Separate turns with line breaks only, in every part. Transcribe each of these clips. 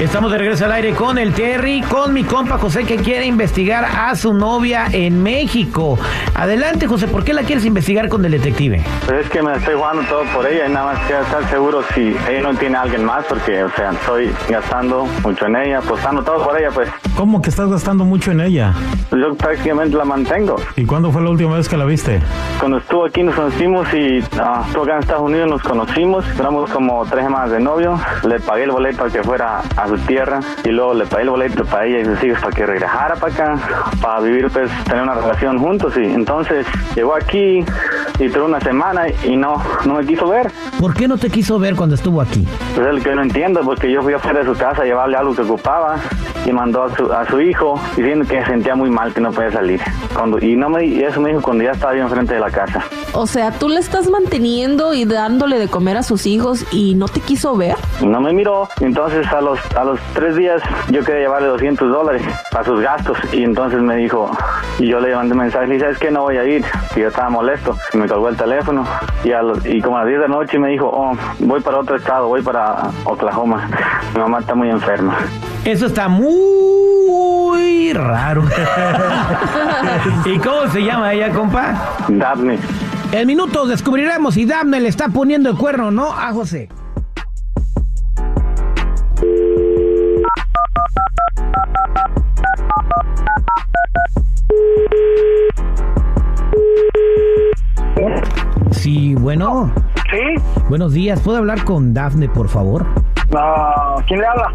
Estamos de regreso al aire con el Terry, con mi compa José que quiere investigar a su novia en México. Adelante, José, ¿por qué la quieres investigar con el detective?
Pues es que me estoy jugando todo por ella y nada más quiero estar seguro si ella no tiene a alguien más porque, o sea, estoy gastando mucho en ella, apostando todo por ella, pues
¿Cómo que estás gastando mucho en ella?
yo prácticamente la mantengo.
¿Y cuándo fue la última vez que la viste?
Cuando estuvo aquí nos conocimos y ah, estuvo acá en Estados Unidos nos conocimos, duramos como tres semanas de novio, le pagué el boleto para que fuera a su tierra y luego le pagué el boleto para ella y sus hijos para que regresara para acá, para vivir pues tener una relación juntos y entonces llegó aquí y tuvo una semana y no, no me quiso ver.
¿Por qué no te quiso ver cuando estuvo aquí?
Pues es lo que yo no entiendo, porque yo fui afuera de su casa a llevarle algo que ocupaba y mandó a su, a su hijo diciendo que se sentía muy mal, que no podía salir. Cuando, y no me, y eso me dijo cuando ya estaba bien frente de la casa.
O sea, tú le estás manteniendo y dándole de comer a sus hijos y no te quiso ver.
No me miró, y entonces a los, a los tres días yo quería llevarle 200 dólares para sus gastos y entonces me dijo, y yo le mandé un mensaje, le dije, ¿sabes qué? No voy a ir, y yo estaba molesto, y me colgó el teléfono y, a los- y como a las 10 de la noche me dijo, oh, voy para otro estado, voy para Oklahoma, mi mamá está muy enferma.
Eso está muy raro. ¿Y cómo se llama ella, compa?
Daphne,
En minutos descubriremos si Daphne le está poniendo el cuerno o no a José. Sí, bueno.
¿Sí?
Buenos días. ¿Puedo hablar con Daphne, por favor?
No, ¿quién le habla?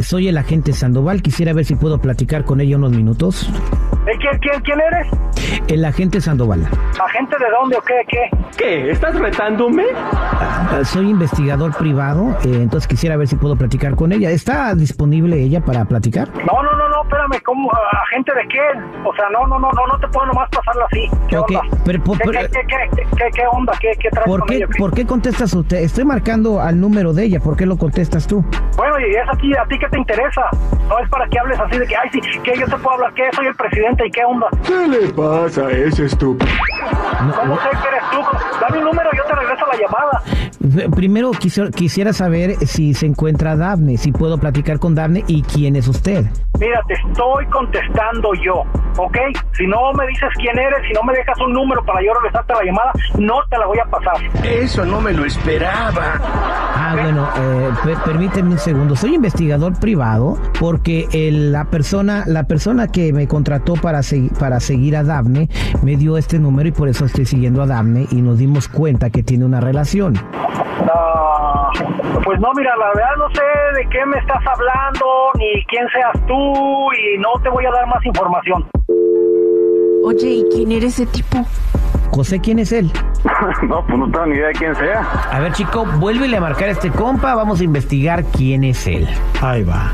Soy el agente Sandoval. Quisiera ver si puedo platicar con ella unos minutos.
¿Eh, ¿Quién, quién, quién eres?
El agente Sandoval.
¿Agente de dónde o qué? ¿Qué?
¿Qué? ¿Estás retándome?
Ah, Soy investigador privado, eh, entonces quisiera ver si puedo platicar con ella. ¿Está disponible ella para platicar?
No, no, no, no, espérame, ¿cómo? ¿Agente de qué? O sea, no, no, no, no, no te puedo nomás pasarlo así. ¿Qué
Ok,
onda?
pero por-
¿Qué,
pero-
qué, qué, qué, qué, qué onda? ¿Qué, qué traes
¿Por
con
qué,
ello? ¿Qué?
¿Por qué contestas usted? Estoy marcando al número de ella, ¿por qué lo contestas tú?
Bueno, y es a ti, a ti que te interesa. No es para que hables así de que, ay, sí, que yo te puedo hablar, que soy el presidente y qué onda.
¿Qué le pasa a ese estúpido?
¿Cómo sé que eres tú? Dame un número y yo te regreso la llamada.
Eh, Primero quisiera, quisiera saber si se encuentra Dafne, si puedo platicar con Dafne y quién es usted.
Mira, te estoy contestando yo, ¿ok? Si no me dices quién eres, si no me dejas un número para yo regresarte la llamada, no te la voy a pasar.
Eso no me lo esperaba.
Ah, bueno, eh, per- permíteme un segundo. Soy investigador privado porque el- la persona, la persona que me contrató para, segui- para seguir a Dafne me dio este número y por eso estoy siguiendo a Dafne y nos dimos cuenta que tiene una relación.
Ah, pues no, mira, la verdad no sé de qué me estás hablando, ni quién seas tú, y no te voy a dar más información.
Oye, ¿y quién era ese tipo?
José, ¿quién es él?
no, pues no tengo ni idea de quién sea.
A ver, chico, vuélvele a marcar a este compa. Vamos a investigar quién es él.
Ahí va.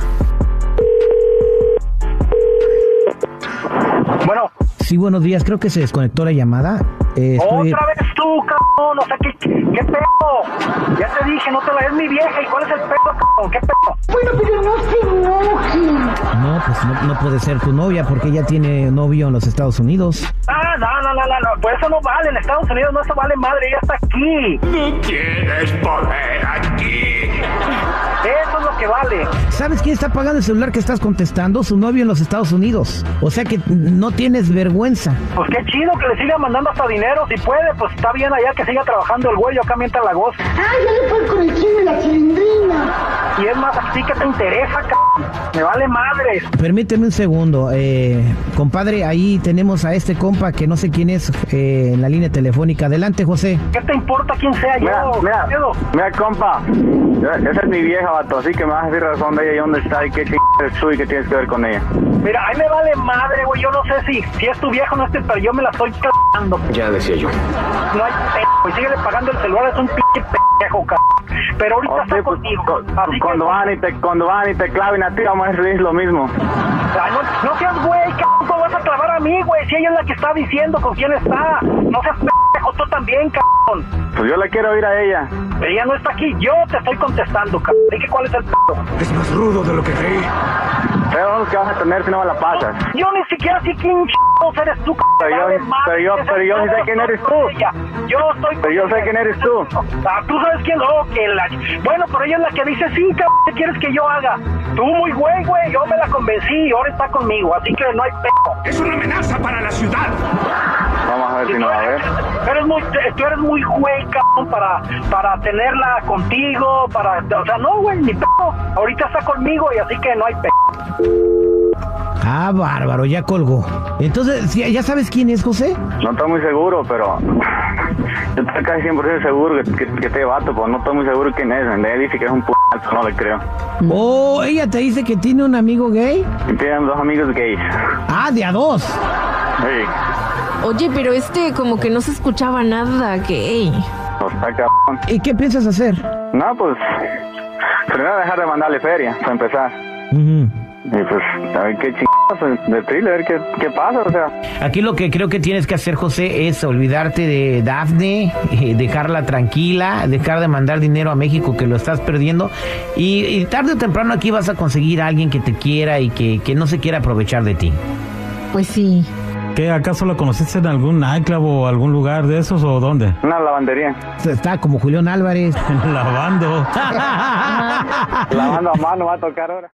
Bueno,
Sí, buenos días. Creo que se desconectó la llamada. Eh, estoy-
otra vez tú, cabrón, o sea, ¿qué, qué, qué pedo? Ya te dije, no te la es mi vieja, ¿y cuál es el pedo, cabrón? ¿Qué pedo?
No, pues no, no puede ser tu novia porque ella tiene novio en los Estados Unidos.
Ah, no, no, no, no, no, pues eso no vale, en Estados Unidos no se vale madre, ella está aquí.
No tienes poder aquí.
Eso es lo que vale.
¿Sabes quién está pagando el celular que estás contestando? Su novio en los Estados Unidos. O sea que no tienes vergüenza.
Pues qué chido que le siga mandando hasta dinero, si puede, pues está bien allá que siga trabajando el güey, yo acá mientras la gozo.
¡Ah, ya le fue con el chino y la chilindrina!
Y es más, así que te interesa, cabrón. Me vale madres.
Permíteme un segundo. eh, compadre, ahí tenemos a este compa que no sé quién es eh, en la línea telefónica. Adelante, José.
¿Qué te importa quién sea
Mira,
yo?
mira,
Pedro?
mira, compa. Esa es mi vieja, vato. Así que me vas a decir razón de ella y dónde está y qué chingados eres tú y qué tienes que ver con ella.
Mira, a mí me vale madre, güey. Yo no sé si, si es tu viejo o no es, tu- pero yo me la estoy cagando.
Ya decía yo.
No hay pedo, güey. Síguele pagando el celular, es un pinche pendejo, cabrón. Pero ahorita
O
está
sea, pues,
contigo.
cu-
Así que.
cuando, van y te, cuando van y te claven a ti, vamos a decir lo mismo.
Ay, no, no seas güey, cabrón. ¿Cómo vas a clavar a mí, güey? Si ella es la que está diciendo con quién está. No seas pendejo, tú también, cabrón.
Pues yo la quiero oír a ella.
Ella no está aquí. Yo te estoy contestando, cabrón. Dije cuál es el pedo.
Es más rudo de lo que creí.
Pero son los que vas a tener si no me la pasas.
Yo ni siquiera sé quién ch... eres tú, cabrón.
Pero yo-
Vale madre,
pero yo-
ese
pero yo sí
pedo
sé quién
no
eres
soy
tú.
ella. Yo no estoy...
Pero yo sé quién eres tú.
Ah, tú sabes quién, oh, que la... Bueno, pero ella es la que dice, sí, cabrón, ¿qué quieres que yo haga? Tú muy güey, güey, yo me la convencí y ahora está conmigo, así que no hay pedo.
Es una amenaza para la ciudad.
Vamos a ver si
Tú
nos va a ver.
eres, tú eres muy, tú eres muy güey, cabrón, para, para tenerla contigo, para... O sea, no, güey, ni pedo. Ahorita está conmigo y así que no hay pedo.
Ah, bárbaro, ya colgó. Entonces, ¿sí- ¿ya sabes quién es José?
No estoy muy seguro, pero. Yo estoy casi 100% seguro que, que, que te vato, pues no estoy muy seguro quién es. Él dice que es un p. No le creo.
¿O Oh, ella te dice que tiene un amigo gay?
Y tienen dos amigos gays.
Ah, de a dos.
Sí.
Oye, pero este como que no se escuchaba nada, que
O sea, cabrón.
¿Y qué piensas hacer?
No, pues. Primero dejar de mandarle feria, para empezar.
Ujú.
Y pues, a ver qué chingados pues, de thriller, a ver qué, qué pasa, o sea.
Aquí lo que creo que tienes que hacer, José, es olvidarte de Dafne, eh, dejarla tranquila, dejar de mandar dinero a México que lo estás perdiendo. Y, y tarde o temprano aquí vas a conseguir a alguien que te quiera y que, que no se quiera aprovechar de ti.
Pues sí.
¿Qué? ¿Acaso la conociste en algún nightclub o algún lugar de esos o dónde?
Una lavandería.
Está como Julián Álvarez.
Lavando.
Lavando a mano va a tocar ahora.